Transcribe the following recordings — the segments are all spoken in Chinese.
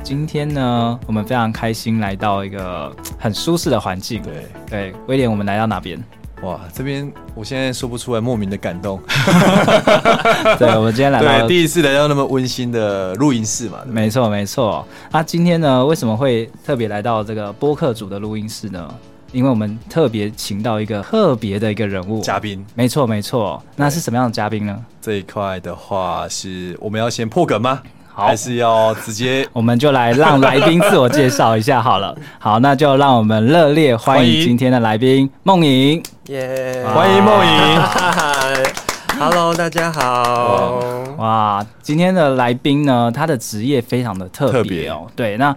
今天呢，我们非常开心来到一个很舒适的环境。对，对，威廉，我们来到哪 边？哇，这边我现在说不出来，莫名的感 动。对，我们今天来对，到，第一次来到那么温馨的录音室嘛，对不对没错没错。那、今天呢，为什么会特别来到这个播客组的录音室呢？因为我们特别请到一个特别的一个人物，嘉宾没错没错。那是什么样的嘉宾呢？这一块的话是，我们要先破梗吗？好还是要直接我们就来让来宾自我介绍一下好 了。好，那就让我们热烈欢欢迎迎今天的来宾梦莹。耶、 欢迎梦莹？嗨 Hello，大家好。哇，今天的来宾呢，他的职业非常的特别哦。对，那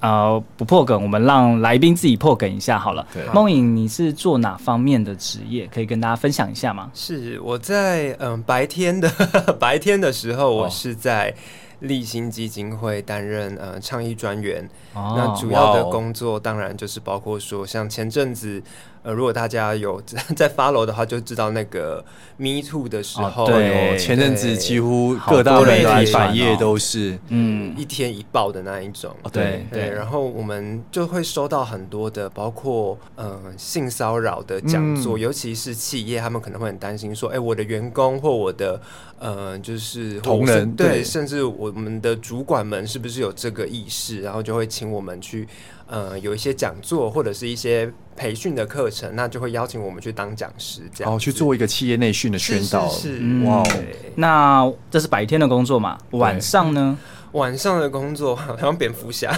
呃不破梗，我们让来宾自己破梗一下好了对。梦影，你是做哪方面的职业？可以跟大家分享一下吗？是我在嗯白天的 白天的时候，哦我是在立新基金会担任呃倡议专员。那主要的哇哦工作当然就是包括说，像前阵子。呃，如果大家有 在 follow 的话，就知道那个 Me Too 的时候，哦对哦，前阵子对几乎好各大多媒媒体体传百业哦都是，嗯，一天一爆的那一种。哦 对对，然后我们就会收到很多的，包括呃性骚扰的讲嗯座，尤其是企业，他们可能会很担心说，哎，我的员工或我的呃就是同或者是仁对，对甚至我们的主管们是不是有这个意识，然后就会请我们去呃有一些讲座或者是一些培训的课程，那就会邀请我们去当讲师，这然样哦后去做一个企业内训的是宣导，是嗯哇哇哦。那这是白天的工作嘛？晚上呢？晚上的工作好像蝙蝠侠。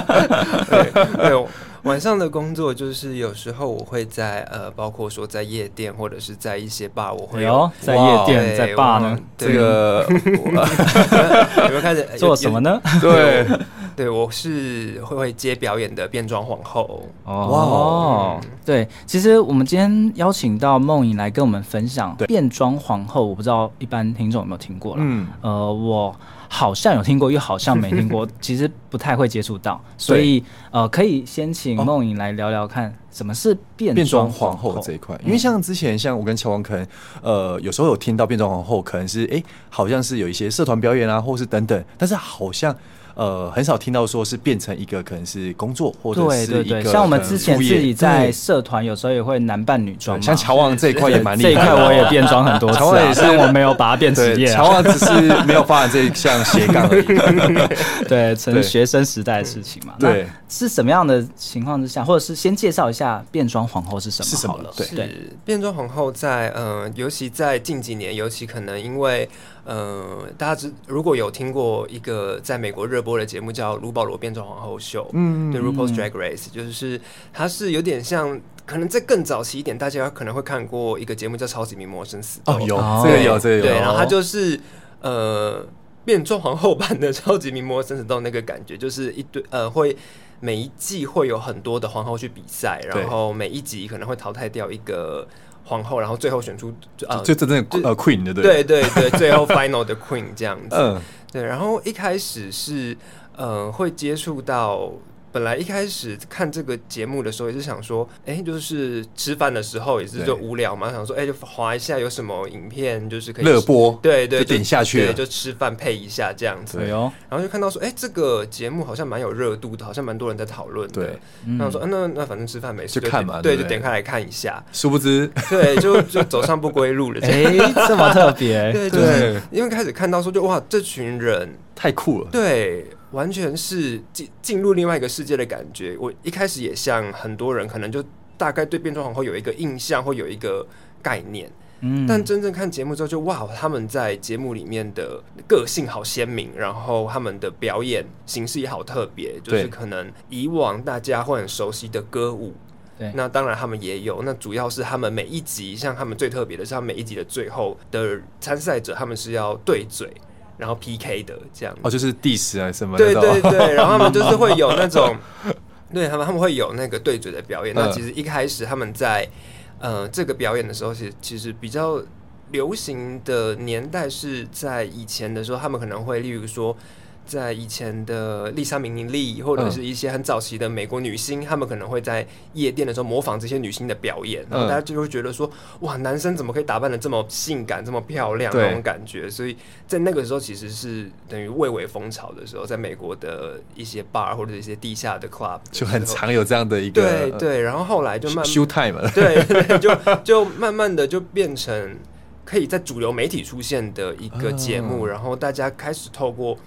对对，晚上的工作就是有时候我会在呃，包括说在夜店或者是在一些 bar，我会哎有呦，在夜店，在爸呢，这个有没有开始呃做什么？呢？对，有对，我是会会接表演的变装皇后。哦，对，其实我们今天邀请到梦影来跟我们分享对变装皇后，我不知道一般听众有没有听过了。嗯，呃，我好像有听过，又好像没听 过，其实不太会接触到，所以呃，可以先请哦梦影来聊聊看什么是变变装皇皇后这一块，因为像之前像我跟乔王可能呃有时候有听到变装皇后，可能是哎、诶好像是有一些社团表演啊，或是等等，但是好像呃很少听到说是变成一个可能是工作或者对是对一个对，像我们可能之前副业自己在对社团有时候也会男扮女装对嘛，像乔王这一块也蛮这厉一害块的，我也变装很多次、 乔啊，王也是但我没有把它变职对，业、乔啊，王只是没有发展这一项斜杠而已。对，成对学生时代的事情嘛。对，是什么样的情况之下，或者是先介绍一下变装皇后是什么是什么好了？对对，是变装皇后在呃，尤其在近几年，尤其可能因为呃，大家知如果有听过一个在美国热播的节目叫《卢保罗变装皇后秀》，嗯，对，RuPaul's Drag Race，就是它是有点像。可能在更早期一点，大家可能会看过一个节目叫《超级名模生死斗》 哦，有 哦这个有这个有，对，然后他就是呃变装皇后版的 超级名模生死斗那个感觉，就是一堆呃会每一季会有很多的皇后去比赛，对然后每一集可能会淘汰掉一个皇后，然后最后选出呃就真正的就呃 queen 的对对对对，最后 final 的 queen 这样子。嗯 对，然后一开始是呃会接触到，本来一开始看这个节目的时候也是想说，哎，就是吃饭的时候也是对就无聊嘛，想说哎就划一下有什么影片，就是可以热播对对，就点下去了对，就吃饭配一下这样子。对哎呦，然后就看到说，哎，这个节目好像蛮有热度的，好像蛮多人在讨论的。对，那我说，啊那那反正吃饭没事，就看嘛点对对，不就对点开来看一下，殊不知对，就就走上不归路了。 这样哎，这 么特别，对，就是因为开始看到说，就哇，这群人太酷了，对，完全是进进入另外一个世界的感觉。我一开始也像很多人，可能就大概对变装皇后有一个印象或有一个概念，嗯但真正看节目之后就，哇，他们在节目里面的个性好鲜明，然后他们的表演形式也好特别，就对是可能以往大家会很熟悉的歌舞。对那当然他们也有，那主要是他们每一集，像他们最特别的是，他们每一集的最后的参赛者，他们是要对嘴，然后 PK 的这样子哦，就是 diss 啊什么的，对对对，然后他们就是会有那种，对他们他们会有那个对嘴的表演。那嗯其实一开始他们在呃这个表演的时候，其实其实比较流行的年代是在以前的时候，他们可能会例如说。在以前的丽莎·明尼利，或者是一些很早期的美国女星，她们可能会在夜店的时候模仿这些女星的表演，然后嗯大家就会觉得说，哇，男生怎么可以打扮的这么性感、这么漂亮对那种感觉？所以在那个时候其实是等于蔚为风潮的时候，在美国的一些 bar 或者一些地下的 club 的 就很时候。常有这样的一个对对，然后后来就慢慢 show time 啊了。对对，就就慢慢的就变成可以在主流媒体出现的一个节目，嗯然后大家开始透过。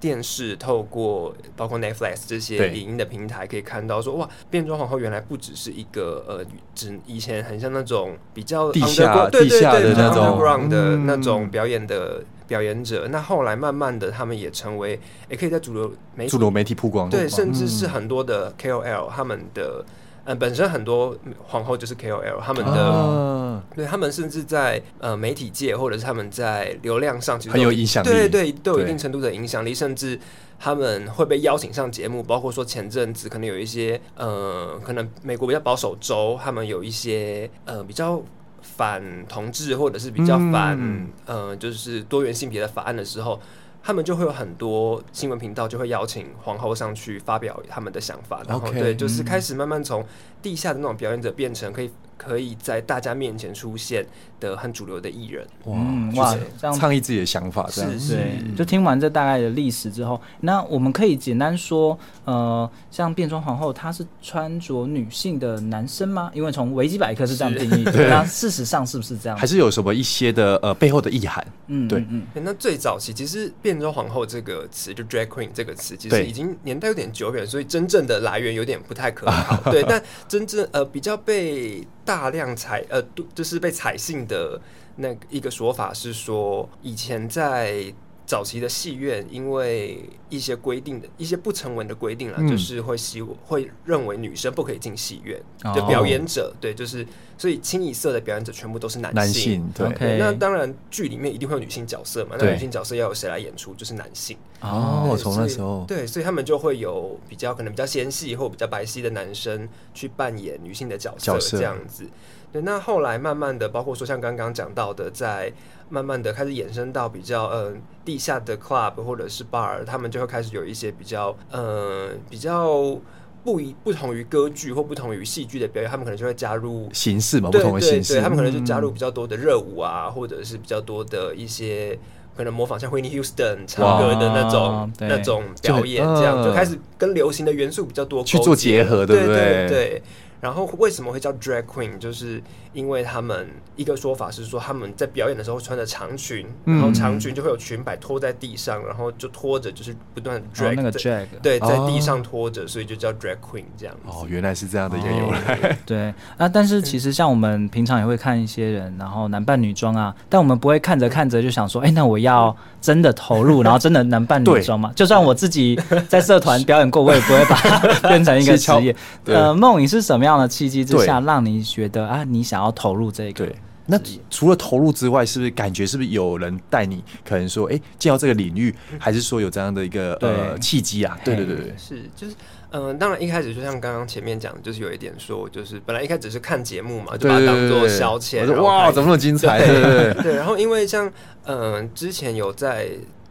电视透过包括 Netflix 这些对影音的平台，可以看到说哇，变装皇后原来不只是一个呃，只以前很像那种比较地下 underground- 对对地下的对那种 underground 的嗯那种表演的表演者。那后来慢慢的，他们也成为也可以在主流媒体主流媒体曝光，对，甚至是很多的 KOL 他们的，呃，本身很多皇后就是 KOL 他们的，啊，对他们甚至在呃媒体界或者是他们在流量上其实很都有影响力对对，都有一对定程度的影响力，甚至他们会被邀请上节目，包括说前阵子可能有一些呃，可能美国比较保守州，他们有一些呃比较。反同志或者是比较反、嗯呃，就是多元性别的法案的时候，他们就会有很多新闻频道就会邀请皇后上去发表他们的想法，然后 OK，对，就是开始慢慢从地下的那种表演者变成可以可以在大家面前出现的很主流的艺人。哇，嗯哇就是这样倡议自己的想法，这样是是对，就听完这大概的历史之后，那我们可以简单说，呃，像变装皇后，她是穿着女性的男生吗？因为从维基百科是这样定义的，那事实上是不是这样还？是有什么一些的呃背后的意涵？嗯，对嗯嗯，对那最早期其实“变装皇后”这个词，就 “drag queen” 这个词，其实对已经年代有点久远，所以真正的来源有点不太可啊靠。对，但真正呃比较被大量采呃都就是被采信的那个一个说法是说，以前在早期的戏院，因为一些规定的一些不成文的规定啦，嗯就是会希会认为女生不可以进戏院，就哦表演者对，就是所以清一色的表演者全部都啊是男男性性对 OK 那当然，剧里面一定会有女性角色嘛。那哎对女性角色要有谁来演出？就是男性。嗯哦，对从所那以时候对，所以他们就会有比较可能比较纤细或比较白皙的男生去扮演女性的角色，角色这样子。对，那后来慢慢的，包括说像刚刚讲到的，在慢慢的开始衍生到比较呃地下的 club 或者是 bar，他们就会开始有一些比较呃比较不一不同于歌剧或不同于戏剧的表演，他们可能就会加入形式嘛，不对同的对形式，对，他们可能就加入嗯比较多的热舞啊，或者是比较多的一些可能模仿像 Whitney Houston 唱歌的那种对那种表演，就很这样嗯就开始跟流行的元素比较多去勾做结合对对不对对对。然后为什么会叫 drag queen？就是因为他们一个说法是说他们在表演的时候穿着长裙，嗯然后长裙就会有裙摆拖在地上，然后就拖着就是不断的然后 drag，、那个在 drag，对，在哦地上拖着，所以就叫 drag queen 这样子。哦，原来是这样的一个由来。哦对啊，但是其实像我们平常也会看一些人，然后男扮女装啊，但我们不会看着看着就想说，哎、那我要真的投入，然后真的男扮女装 嘛？就算我自己在社团表演过，我也不会把它变成一 个职业。对呃，梦影是什么样的契机之下对让你觉得啊，你想要投入这个？对，那除了投入之外，是不是感觉是不是有人带你？可能说，哎、进到这个领域，嗯还是说有这样的一个呃对契机啊？对对对对，是，就是，嗯、当然一开始就像刚刚前面讲的，就是有一点说，就是本来一开始只是看节目嘛，就对把它对当对做对，消遣。我说然后哇，看怎么那么精彩？对对对，对，然后因为像嗯、呃之前有在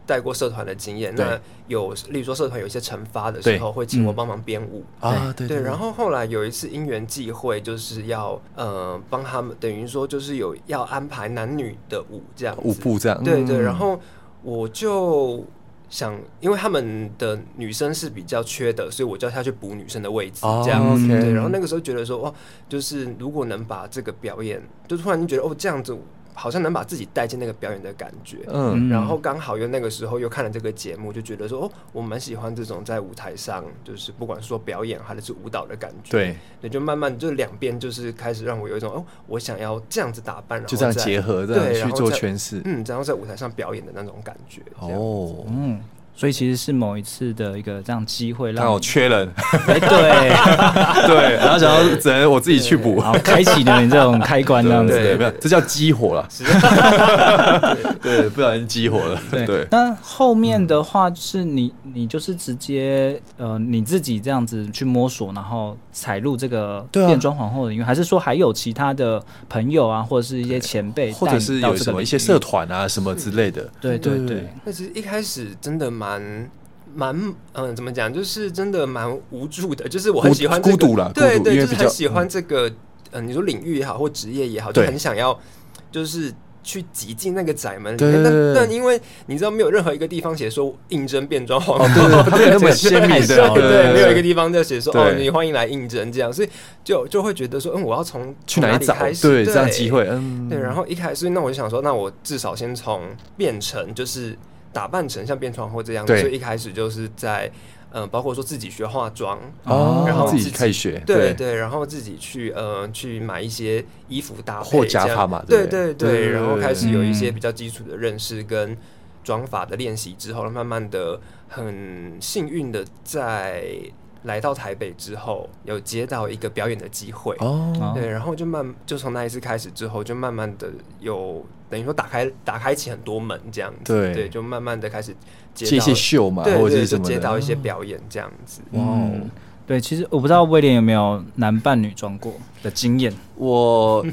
带过社团的经验，对那有例如说社团有一些惩罚的时候，会请我帮忙编舞。啊，对对，然后后来有一次因缘际会，就是要呃帮他们，等于说就是有要安排男女的舞这样子舞步这样，对对，嗯然后我就想，因为他们的女生是比较缺的，所以我叫他去补女生的位置，哦这样子。 ，OK 对，然后那个时候觉得说，哦，就是如果能把这个表演，就突然觉得哦，这样子。好像能把自己带进那个表演的感觉。嗯，然后刚好又那个时候又看了这个节目，就觉得说哦，我蛮喜欢这种在舞台上，就是不管说表演还是舞蹈的感觉。对，对，就慢慢就两边就是开始让我有一种哦，我想要这样子打扮，然后就这样在结合，这对样然去后做再诠释。嗯，然后在舞台上表演的那种感觉。哦，哦，嗯，所以其实是某一次的一个这样机会刚让好我缺人， 哎 对，对，然后想要只能我自己去补。好开启了你这种开关这对样子。对对，没有，这叫激活了。 对，不小心激活了。对，那后面的话是你，你就是直接呃你自己这样子去摸索，然后踩入这个对啊变装皇后的领域，还是说还有其他的朋友啊，或者是一些前辈，或者是有什么一些社团？团啊什么之类嗯的。对对对，但是一开始真的蛮。蛮嗯、怎么讲？就是真的蛮无助的，就是我很孤喜欢、这个、孤独啦孤对独对，因为就是比较很喜欢这个，嗯、你说领域也好，或职业也好，就对很想要，就是去挤进那个窄门里对面。对对但对但因为你知道，没有任何一个地方写说应征变装皇后，哦对， 他没 有那么鲜明对的，哦对，没有一个地方在写说哦，对你欢迎来应征这样，所以就就会觉得说，嗯，我要从去从哪哪里找？开始？对，这样机。会，嗯，对，然后一开始，那我就想说，那我至少先从变成就是打扮成像变床或这样子，对所以一开始就是在嗯、呃包括说自己学化妆，哦，然后自自己己开始学，对对，然后自己去呃去买一些衣服搭配或假这样发嘛对对不对对对对对，然后对开始有一些嗯比较基础的认识跟妆法的练习之后，慢慢的很幸运的在来到台北之后，有接到一个表演的机会，哦，哦对，然后就慢就从那一次开始之后，就慢慢的有等于说打开打开启很多门这样子，对对，就慢慢的开始接接一到些秀嘛，对或者对，是就什么接到一的。些表演这样子，哇哦，嗯对，其实我不知道威廉有没有男扮女装过的经验，我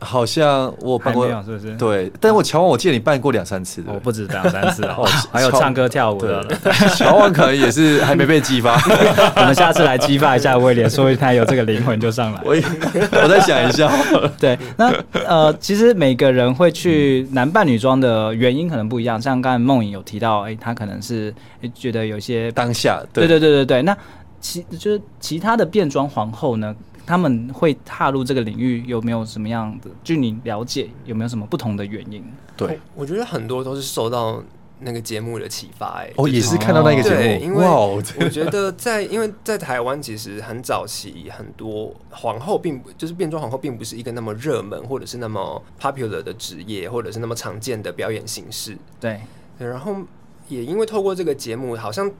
好像我还办没过有，是不是？对，但我乔王，我记得你办过两三次的，我不止两三次哦哦，还有 超唱歌跳舞的。乔王可能也是还没被 激发，我们下次来激发一下威廉，说不定他有这个灵魂就上来。我也我再想一下好了，对，那呃，其实每个人会去男扮女装的原因可能不一样，像刚才梦颖有提到，哎、他可能是、诶觉得有一些，当下对对对对对。那其就是其他的变装皇后呢，他们会踏入这个领域，有没有什么样的？据你了解，有没有什么不同的原因？对，我我觉得很多都是受到那个节目的启发、哎，就哦，是也是看到那个对，节因目，为哇哦，我觉得在因为在台湾其实很早期，很多皇后并不就是变装皇后并不是一个那么热门或者是那么 popular 的职业，或者是那么常见的表演形式，对，对，然后也因为透过这个节目，好像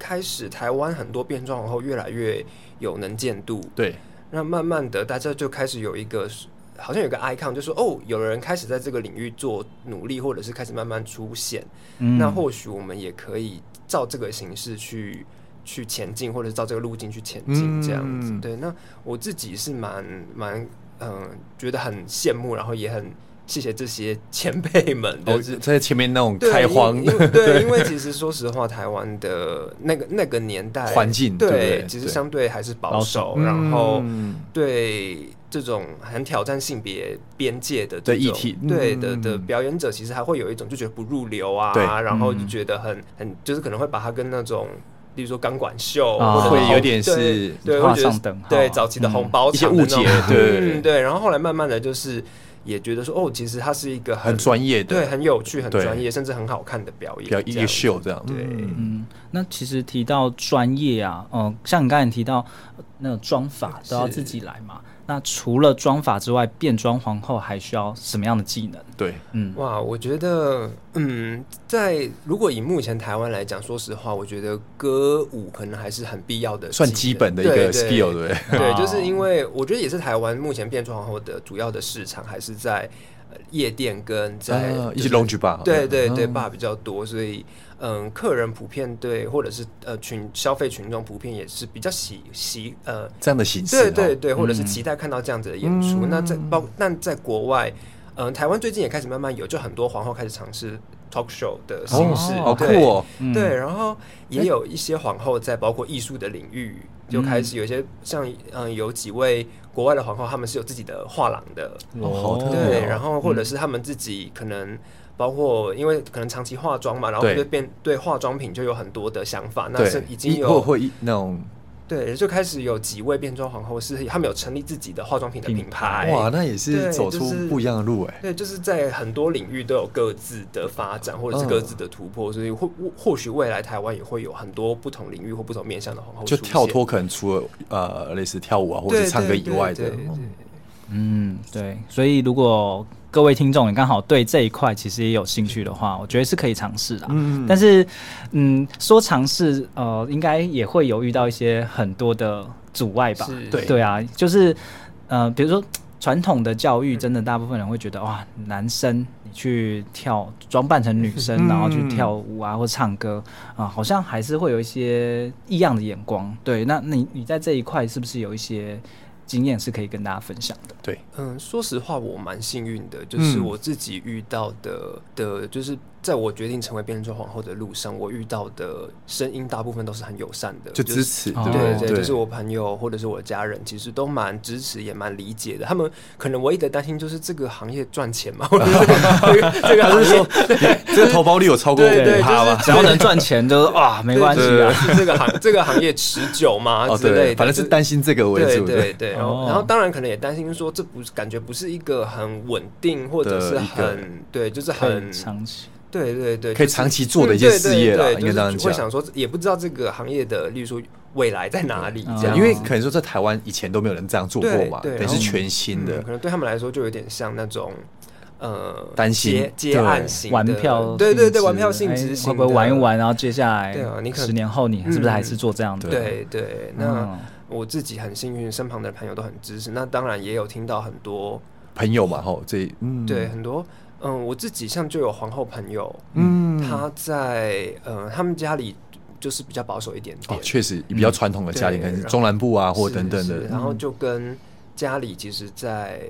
开始台湾很多变装皇后越来越有能见度，对，那慢慢的大家就开始有一个好像有个 icon，就说哦，有人开始在这个领域做努力，或者是开始慢慢出现，嗯那或许我们也可以照这个形式去。去前进，或者照这个路径去前进，这样子。嗯对，那我自己是蛮蛮嗯、觉得很羡慕，然后也很谢谢这些 前辈们，哦就是，在前面那种对开因荒因，为 对，因为其实说实话，台湾的那个那个年代环境对不对对，其实对相对还是保保守，然后嗯对这种很挑战性别边界的的这议种题对嗯的的表演者，其实还会有一种就觉得不入流啊对，然后就嗯觉得很很就是可能会把它跟那种。例如说钢管秀，啊或者会红有点对是对，画会觉得上等号对早期的嗯红包啊一些场的误那种解对嗯对，然后后来慢慢的就是也觉得说，哦，其实它是一个很专业的，对，很有趣、很对专业，甚至很好看的表演，比较这一样个秀这样，对嗯嗯，那其实提到专业啊，呃，像你刚才提到呃那个妆法都要自己来嘛。那除了妆法之外，变装皇后还需要什么样的技能？对，嗯，哇，我觉得，嗯，在如果以目前台湾来讲，说实话，我觉得歌舞可能还是很必要的技能，算基本的一个对对 skill，对不 对？对，哦就是因为我觉得也是台湾目前变装皇后的主要的市场还是在、呃夜店跟在、啊一就些是 lounge bar，对对对，嗯爸比较多，所以嗯，客人普遍对或者是呃群消费群众普遍也是比较喜喜呃这样的形式哦，嗯对对对，或者是嗯期待看到这样子的演出。那在包，但在国外，嗯、台湾最近也开始慢慢有，就很多皇后开始尝试 talk show 的形式，哦，好酷对、哦，嗯对，然后也有一些皇后在包括艺术的领域就开始有一些像嗯、有几位国外的皇后，他们是有自己的画廊的，哦好特别对，哦然后或者是他们自己可能。包括，因为可能长期化妆嘛，然后对就变对化妆品就有很多的想法，那对是已经一会有会一那种对，就开始有几位变装皇后是他们有成立自己的化妆品的品牌。哇，那也是哎对走就出是不一样的路哎、对，就是在很多领域都有各自的发展，或者是嗯各自的突破，所以或或或许未来台湾也会有很多不同领域或不同面向的皇后就出现跳脱可能除了呃类似跳舞啊或者对是唱歌对以外的哦对，对对嗯，对，所以如果各位听众你刚好对这一块其实也有兴趣的话，我觉得是可以尝试的。嗯但是，嗯，说尝试，呃，应该也会有遇到一些很多的阻碍吧？是对对啊，就是，呃，比如说传统的教育，真的大部分人会觉得，哇，男生你去跳，装扮成女生，嗯然后去跳舞啊，或唱歌啊、好像还是会有一些异样的眼光。对，那你你在这一块是不是有一些经验是可以跟大家分享的？嗯，说实话，我蛮幸运的，就是嗯我自己遇到的、的，就是在我决定成为变装皇后的路上，我遇到的声音大部分都是很友善的，就支是持，哦对不对对对，就是我朋友或者是我的家人，其实都蛮支持，也蛮理解的。他们可能唯一的担心就是这个行业赚钱嘛，或 者是这个这个这个行业 这个投报率有超过对对五趴就是 吧？只要能赚钱就，是哇，没关系对啊。对对这个行这个行业持久嘛哦，之类对，的，反正是担心这个为对主对的，对，然后、哦然后当然可能也担心说，这不是感觉不是一个很稳定，或者的是一个很对，就是可很以长期对对对，可以就是长期做的一件嗯对对事业啦对应该这样就是会讲想说，也不知道这个行业的，例如说未来在哪里嗯这样，啊因为可能说在台湾以前都没有人这样做过嘛，对对等于是全新的嗯可，能对他们来说就有点像那种。呃，担心接接对案型的玩票性质，对对对，玩票性哎质型会不会的玩一？玩，然后接下来对啊你可能十年后你是不是还是做这样的？对对，那嗯我自己很幸运，身旁的朋友都很支持。那当然也有听到很多，朋友嘛，吼，这嗯对，很多，嗯，我自己像就有皇后朋友，嗯他在呃他们家里就是比较保守一点哦点，，确实比较传统的家嗯庭，对可能是然后中南部啊或是等等是的然嗯后就跟家里其实在，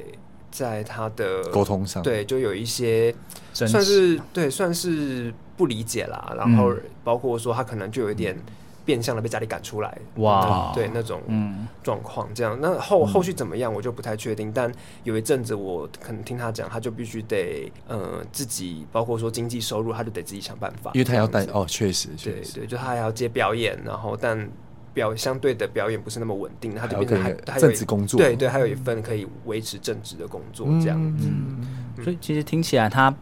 在他的沟，通上，对，就有一些真算实是对，算是不理解啦。然后嗯包括说他可能就有一点嗯变相的被家里赶出来，哇对那种嗯状况这样。那嗯后后续怎么样，我就不太确定。但有一阵子，我可能听他讲，他就必须得呃自己，包括说经济收入，他就得自己想办法，因为他要这样担子哦，确实对确实，对，就他还要接表演，然后但表相对的表演不是那么稳定，他就变成还还有可以还有一正职工作嗯对对，还有一份可以维持正职的工作这样。嗯，所以其实听起来他。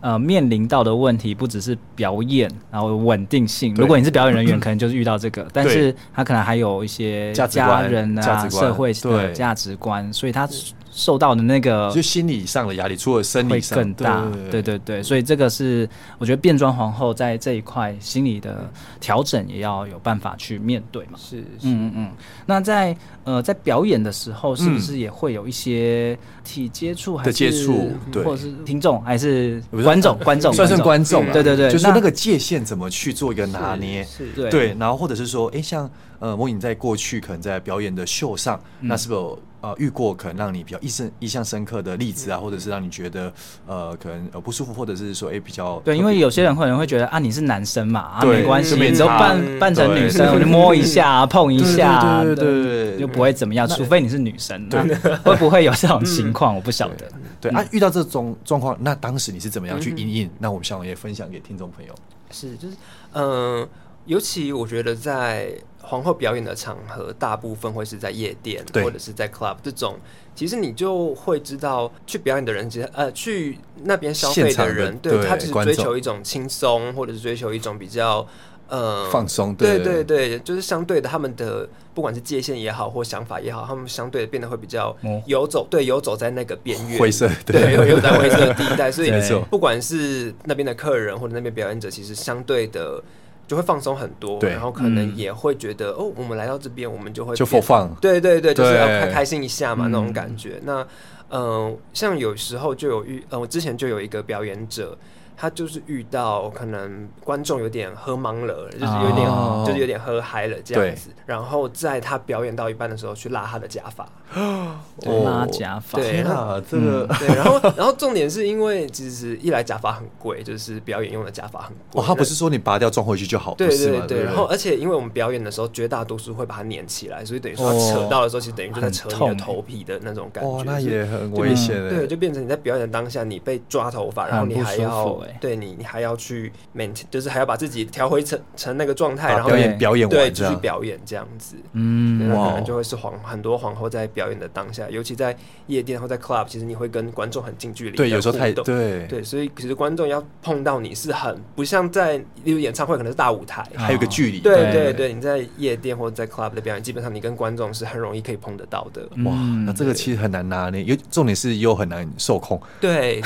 呃，面临到的问题不只是表演，然后稳定性。对如果你是表演人 员，可能就是遇到这个，但是他可能还有一些价值观家人价啊、值观社会的对价值观，所以他受到的那个就心理上的压力，除了生会理上更大。对对对，所以这个是我觉得变装皇后在这一块心理的呃调整也要有办法去面对嘛。是，是嗯嗯嗯。那在呃在表演的时候，是不是也会有一些体接触还是嗯的接触对或者是听众还是不是啊观众观众算是观众啦，对对对，就是说那个界限怎么去做一个拿捏，是对对，然后或者是说，哎，像呃，莫影在过去可能在表演的秀上，那是不是有呃遇过可能让你比较印深印象深刻的例子啊，或者是让你觉得呃可能呃不舒服，或者是说哎比较对，因为有些人可能会觉得啊，你是男生嘛，啊对没关系，就没你都差扮扮成对女生，我就摸一下 啊、碰一下啊，对对对对对对嗯又不会怎么样，除非你是女生，那会不会有这种情况？我不晓得。对啊遇到这种状况，那当时你是怎么样去应应？那我们想也分享给听众朋友。是，就是嗯、呃尤其我觉得在皇后表演的场合，大部分会是在夜店对或者是在 club 这种。其实你就会知道，去表演的人，其实呃，去那边消费现场的人，对他只是观追众求一种轻松，或者是追求一种比较呃放松对对对对，就是相对的，他们的不管是界限也好，或想法也好，他们相对的变得会比较模糊游走，对，游走在那个边缘灰色对对，有有在灰色地 带，所以没错不管是那边的客人或者那边表演者，其实相对的就会放松很多，对然后可能嗯也会觉得、哦，我们来到这边，我们就会就变 for fun 对对对，就是要对开开心一下嘛、那种感觉。那嗯、呃像有时候就有遇，呃，我之前就有一个表演者。他就是遇到可能观众有点喝懵了，就是有点、哦就是有点喝嗨了这对样子，然后在他表演到一半的时候去拉他的假发， 哦拉假发，对天啊，这个对，然后然后重点是因为其实一来假发很贵，就是表演用的假发很贵。哦，他不是说你拔掉装回去就好，那对不是对吗？对，不然后而且因为我们表演的时候，绝大多数会把它粘起来，所以等于说哦它扯到的时候，其实等于就在扯你很的痛头皮的哦那种感觉。欸哇，那就是也很危险哎，对，就变成你在表演当下，你被抓头发，然后很你不还舒要服欸对对你，你还要去 maintain，就是还要把自己调回成成那个状态，把然后表演对表演对完继这续样，表演这样子。对嗯，那哇哦可能就会是皇很多皇后在表演的当下，尤其在夜店或在 club，其实你会跟观众很近距离，对，有时候太动。对，对，所以其实观众要碰到你是很不像在例如演唱会可能是大舞台，还啊有个距离，对对对对，你在夜店或者在 club 的表演，基本上你跟观众是很容易可以碰得到的。哇，嗯那这个对其实很难拿捏，有重点是又很难受控。对，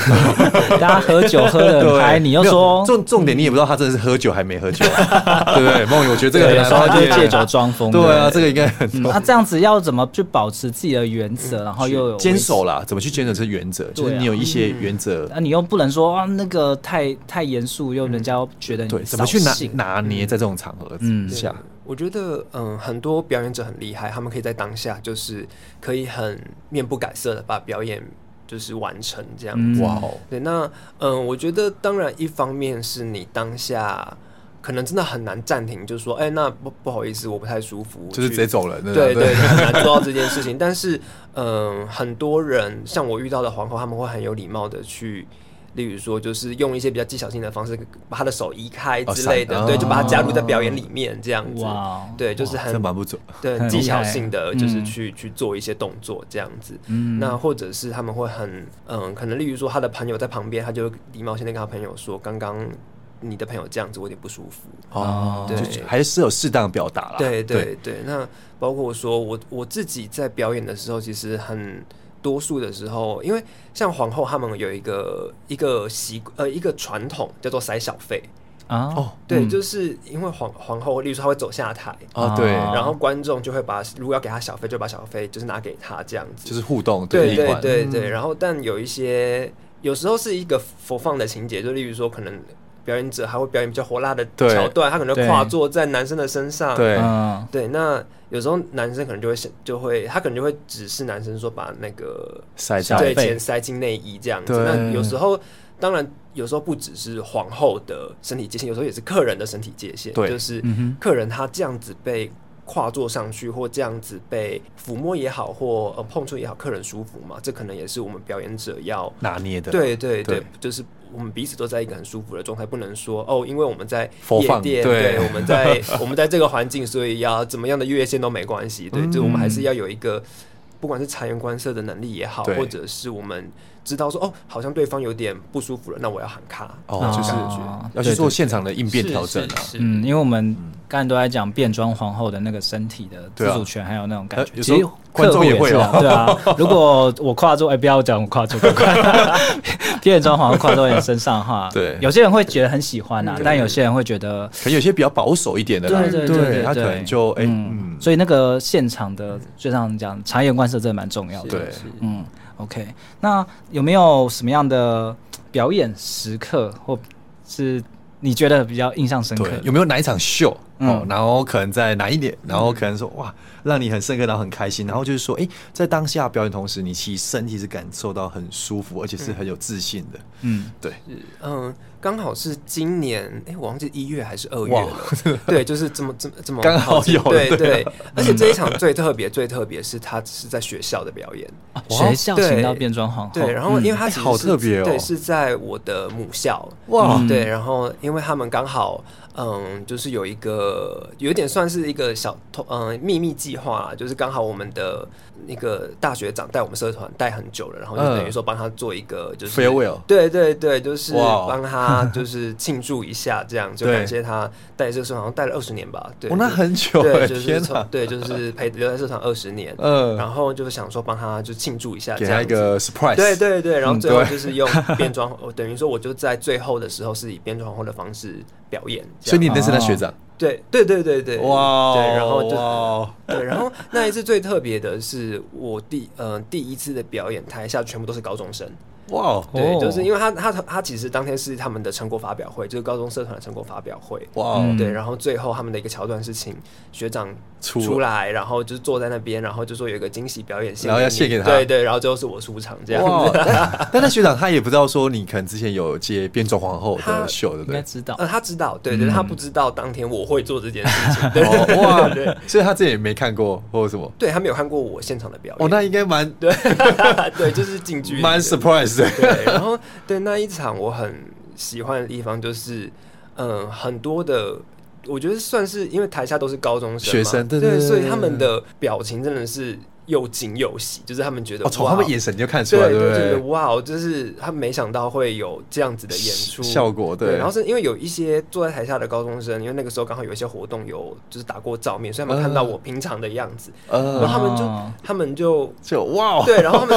大家喝酒喝的很嗨， 对，你又没有说重重点，你也不知道他真的是喝酒还没喝酒， 对不对？梦雨，我觉得这个对很有难时候发就现是借酒装疯。对啊，这个应该很嗯那这样子要怎么去保持自己的原则，然后又有嗯坚维持守啦，怎么去坚守这原则？就是对啊你有一些嗯原则，啊，你又不能说啊那个太太严肃，又人家又觉得你嗯对，怎么去拿扫兴拿捏在这种场合嗯之下？我觉得嗯，很多表演者很厉害，他们可以在当下就是可以很面不改色的把表演就是完成这样子。嗯哇哦，对，那嗯，我觉得当然一方面是你当下可能真的很难暂停，就说哎、那不不好意思，我不太舒服，就去是直接走人，真的对对，很难做到这件事情。但是，嗯，很多人像我遇到的皇后，他们会很有礼貌的去，例如说，就是用一些比较技巧性的方式，把他的手移开哦之类的，闪对，就把它加入在哦表演里面这样子。哇，对，就是哇很真蛮不错。对很技厉巧害性的，就是嗯去、去做一些动作这样子。嗯那或者是他们会很嗯，可能例如说他的朋友在旁边，他就礼貌性的跟他朋友说，刚刚你的朋友这样子，我有点不舒服。哦，对就还是有适当的表达啦。对对对，那包括说我我自己在表演的时候，其实很多数的时候，因为像皇后她们有一个一个习呃一个传统叫做塞小费，啊哦对，就是因为皇皇后，例如说她会走下台，哦对，啊然后观众就会把如果要给她小费，就把小费就是拿给她这样子，就是互动对对对话对对，嗯然后但有一些有时候是一个佛放的情节，就例如说可能。表演者还会表演比较火辣的对桥段，他可能对跨坐在男生的身上，对嗯对，那有时候男生可能就会想，就会他可能就会指示男生说把那个塞小下对费钱塞进内衣这样子。对那有时候当然有时候不只是皇后的身体界限，有时候也是客人的身体界限，对就是嗯哼客人他这样子被。跨坐上去，或这样子被抚摸也好，或呃碰触也好，客人舒服嘛？这可能也是我们表演者要拿捏的，对对对对，就是我们彼此都在一个很舒服的状态，不能说哦，因为我们在佛夜放店，对对，我们在 我们在这个环境，所以要怎么样的越线都没关系，对，就我们还是要有一个。不管是察言观色的能力也好，嗯对或者是我们知道说哦，好像对方有点不舒服了，那我要喊卡哦，就是啊哦要去做现场的应变调整啊。嗯，因为我们刚才都在讲变装皇后的那个身体的对啊自主权，还有那种感呃觉，有其时候实观众也也会是哦啊，对 啊。如果我跨坐，哎，不要讲我跨坐，不要跨变装皇后跨坐在你身上的话，对有些人会觉得很喜欢啊，但有些人会觉得可能有些比较保守一点的啦，对对对对他可能就哎，嗯，所以那个现场的，就像你讲察言观色真的蛮重要的。对，嗯，OK。那有没有什么样的表演时刻，或是你觉得比较印象深刻对，？有没有哪一场秀哦嗯？然后可能在哪一点，嗯然后可能说哇，让你很深刻，然后很开心，然后就是说，哎，在当下表演同时，你其实身体是感受到很舒服，而且是很有自信的。嗯，对，嗯，刚好是今年，哎、我忘记一月还是二月哇了。对，就是这么这么这么刚好靠近有嗯对对对，而且这一场最特别，最特别是它是在学校的表演。啊学校对请到变装皇后，对，然后因为他哎其实好是特别哦对，是在我的母校哇嗯对，然后因为他们刚好嗯，就是有一个有一点算是一个小偷嗯秘密计划啦，就是刚好我们的那个大学长带我们社团带很久了，然后就嗯等于说帮他做一个就是 Farewell 对对对，就是哇哦帮 他就是庆祝一下，这样就对感谢他带这个社团，好像带了二十年吧，对，哦，那就很久哎，对，就是天从哪，对就是陪留在社团二十年，然嗯，后就是想说帮他就庆祝一下，给这他样一子。个 surprise，对对对，然后嗯最后对就是 用变装，我等于说我就在最后的时候是以变装皇后的方式表演，这所以样你认识那学长，对对对对对，哇，哦对，然后就哇，哦 对，然后那一次最特别的是我第呃第一次的表演，台下全部都是高中生，哇，对，哦就是因为他他他其实当天是他们的成果发表会，就是高中社团的成果发表会，哇，嗯对，然后最后他们的一个桥段是请学长出出来，然后就是坐在那边，然后就说有一个惊喜表演，然后要你献给他对对，然后最后是我出场这样 哇哦子。！但但那学长他也不知道说你可能之前有接变装皇后的他秀，对不应该 对？知道嗯呃，。他知道，对对，他不知道当天我会做这件事 情，对哦对哇！所以他自己也没看过或者什么。对，他没有看过我现场的表演，哦，那应该蛮 对对，就是近距离的蛮 surprise 的。对，然后对那一场我很喜欢的地方就是，嗯，很多的。我觉得算是，因为台下都是高中生嘛，学生对对对对所以对他们对的表情真的是又惊又喜，就是他们觉得哦，从他们哇眼神就看出对来，对不对对，对？哇哦，就是他没想到会有这样子的演出效果对对。然后是因为有一些坐在台下的高中生，因为那个时候刚好有一些活动有就是打过照面，所以他们看到嗯我平常的样子，然呃，后他们就、哦他们就就哇 哦，对，然后他们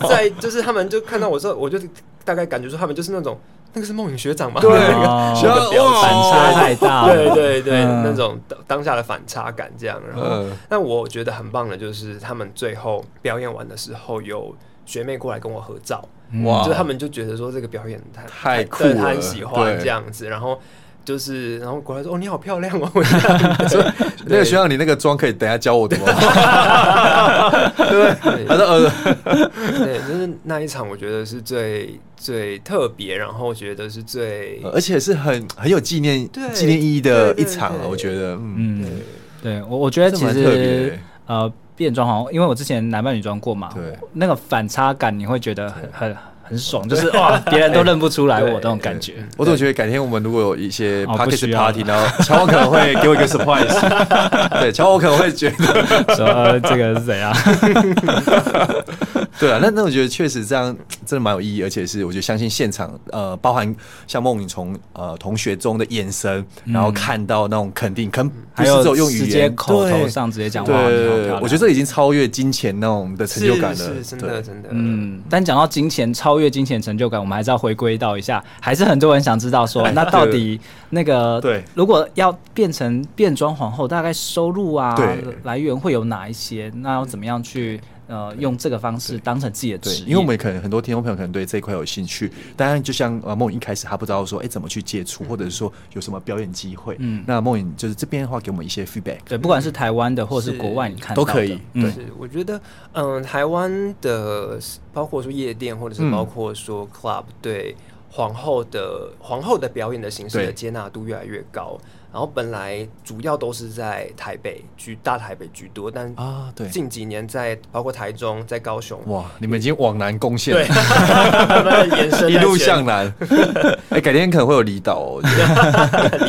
在 在就是他们就看到我之后，我就大概感觉说他们就是那种那个是梦影学长嘛，对哦学长哇反差太大了，对对对，嗯那种当当下的反差感这样。然后嗯，但我觉得很棒的就是他们最后表演完的时候，有学妹过来跟我合照，哇就是他们就觉得说这个表演太太酷对了他很喜欢对这样子，然后。就是，然后过来说：“哦，你好漂亮哦！” 对那个学长，你那个妆可以等一下教我怎么化。 对他说呃， 对，就是那一场，我觉得是最最特别，然后觉得是最呃而且是很很有纪念对纪念意义的一对对场了，对我觉得，嗯，嗯，对我我觉得这其蛮特别的实呃变装好像，因为我之前男扮女装过嘛，对，那个反差感你会觉得很很很 爽，就是哇，别人都认不出来我那种感觉。我总觉得改天我们如果有一些哦 p a r 不 k e t 需 t 要 party，然后乔王可能会给我一个 surprise，对， 乔王可能会觉得，说呃这个是怎 样？对啊，那那我觉得确实这样真的蛮有意义，而且是我觉得相信现场呃，包含像梦影从呃同学中的眼神，然后看到那种肯定，肯不还是有只有用语直接言，口头对上直接讲哇，你好漂对，亮。我觉得这已经超越金钱那种的成就感了，是是真的对真的，嗯，嗯，但讲到金钱超越金钱成就感，我们还是要回归到一下，还是很多人想知道说，那到底那个哎对，如果要变成变装皇后，大概收入啊对来源会有哪一些？那要怎么样去呃用这个方式当成自己的对职，业？因为我们可能很多听众朋友可能对这一块有兴趣，当然就像呃梦影一开始他不知道说哎、怎么去接触，或者是说有什么表演机会，嗯嗯，那梦影就是这边的话给我们一些 feedback 对，不管是台湾的或是国外，你看到都的可以，嗯对，是我觉得，嗯，台湾的包括说夜店，或者是嗯包括说 club，、对皇后的皇后的表演的形式对的接纳度越来越高。然后本来主要都是在台北居大台北居多，但啊对，近几年在包括台中、在高雄， 哇，你们已经往南攻陷对，了，慢慢地延伸一路在全 向南，哎、改天可能会有离岛、哦，我觉 得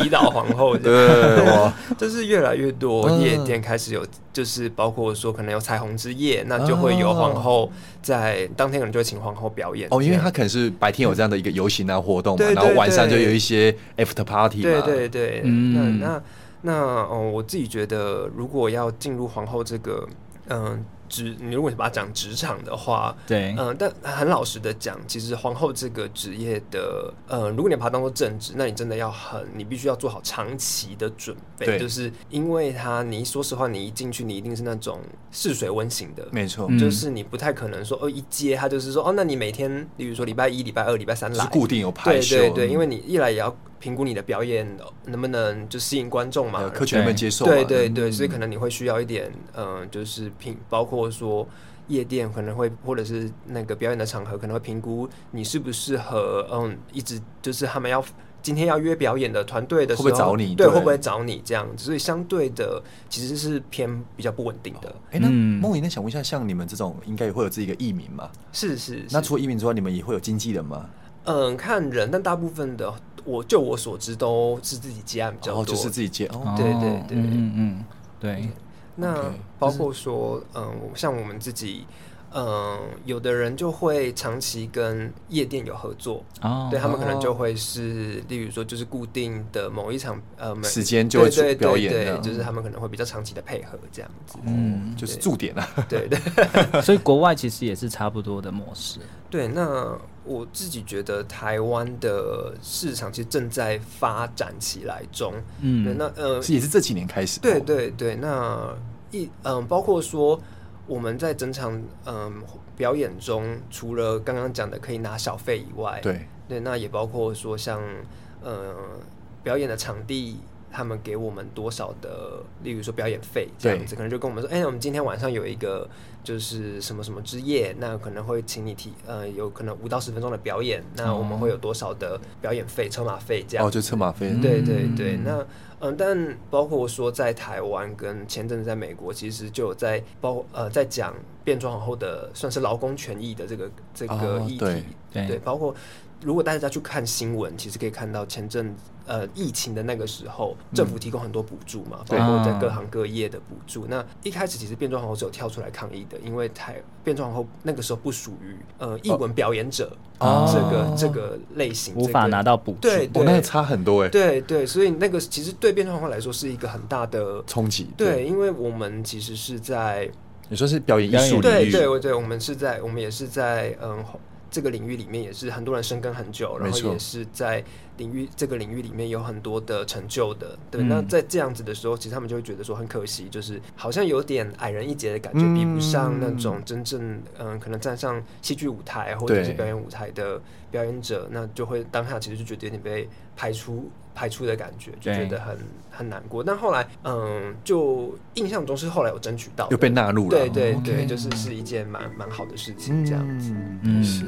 离岛皇后这样。对 哇，就是越来越多嗯夜店开始有，就是包括说可能有彩虹之夜，那就会有哦皇后在当天可能就会请皇后表演哦，因为他这样可能是白天有这样的一个游行啊活动嘛，啊对对然后晚上就对有一些 after party 嘛，对对对，嗯那那那哦，我自己觉得如果要进入皇后这个嗯职，你如果把它讲职场的话。对，嗯，但很老实的讲，其实皇后这个职业的，呃，如果你把它当做正职，那你真的要很，你必须要做好长期的准备，对就是因为它，你说实话，你一进去，你一定是那种试水温型的，没错，嗯就是你不太可能说哦一接他就是说哦，那你每天，比如说礼拜一、礼拜二、礼拜三就来是，固定有排对休，嗯对对，因为你一来也要评估你的表演哦能不能就吸引观众嘛呃，客群能不能接受、啊，对对对，所以可能你会需要一点，嗯、就是评，包括说夜店可能会，或者是那个表演的场合可能会评估你适不适合，嗯，一直就是他们要今天要约表演的团队的时会候，不会找你对，对会不会找你这样子，所以相对的其实是偏比较不稳定的，哎、那嗯梦莹，那想问一下，像你们这种应该也会有自己的艺名嘛？是是是。那除了艺名之外，你们也会有经纪人吗？嗯，看人，但大部分的我就我所知都是自己接案比较然多，后就是自己接哦，对对对嗯嗯嗯，对，那 OK，包括说，嗯，我像我们自己，嗯，有的人就会长期跟夜店有合作，哦，对他们可能就哦会是，例如说就是固定的某一场，呃，某时间就会对对出表演对这对，样就是他们可能会比较长期的配合这样子，嗯，就是驻点啊，对对所以国外其实也是差不多的模式，对。那我自己觉得台湾的市场其实正在发展起来中，对，嗯，那呃，是也是这几年开始。哦对，对对，那一嗯，包括说我们在整场嗯表演中，除了刚刚讲的可以拿小费以外，对，对，那也包括说像呃表演的场地。他们给我们多少的，例如说表演费这样子，可能就跟我们说，哎、我们今天晚上有一个就是什么什么之夜，那可能会请你提，呃，有可能五到十分钟的表演，那我们会有多少的表演费、车马费这样哦，子就车马费，对对对，嗯那嗯，但包括说在台湾跟前阵子在美国，其实就有在包呃在讲变装皇后的算是劳工权益的这个这个哦议题，对对包括如果大家去看新闻，其实可以看到前阵呃疫情的那个时候，政府提供很多补助嘛，包对括在啊各行各业的补助。那一开始其实变装皇后是有跳出来抗议的，因为台变装皇后那个时候不属于呃艺文表演者哦这个这个类型，无法这个拿到补助。对哦，对那个差很多哎，对对，所以那个其实对变装皇后来说是一个很大的冲击。对，，因为我们其实是在你说是表演艺术表领对域，对，我对我们是在我们也是在嗯这个领域里面也是很多人深耕很久，然没后错也是在领域这个领域里面有很多的成就的。对，嗯那在这样子的时候，其实他们就会觉得说很可惜，就是好像有点矮人一截的感觉，比不上那种真正嗯可能站上戏剧舞台或者对是表演舞台的表演者，那就会当下其实就觉得有点被排除。排除的感觉，就觉对得很很难过。但后来，嗯，就印象中是后来有争取到的，又被纳入了。对对哦对， ，OK 就是是一件蛮蛮好的事情，这样子。嗯，嗯是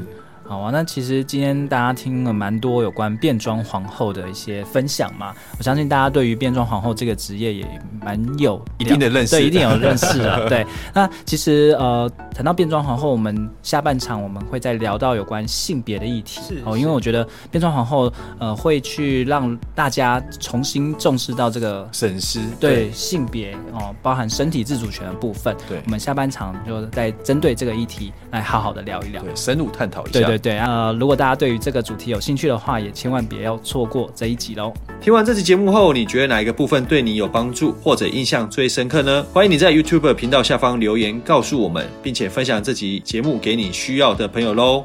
好啊，那其实今天大家听了蛮多有关变装皇后的一些分享嘛，我相信大家对于变装皇后这个职业也蛮有一定的认识，对，一定有认识 的。对，那其实呃，谈到变装皇后，我们下半场我们会再聊到有关性别的议题是哦，是因为我觉得变装皇后呃会去让大家重新重视到这个审视，对性别哦，包含身体自主权的部分。对我们下半场就再针对这个议题来好好的聊一聊。对，深入探讨一下。对对对，呃，如果大家对于这个主题有兴趣的话，也千万别要错过这一集喽。听完这期节目后，你觉得哪一个部分对你有帮助，或者印象最深刻呢？欢迎你在 YouTube 频道下方留言告诉我们，并且分享这集节目给你需要的朋友喽。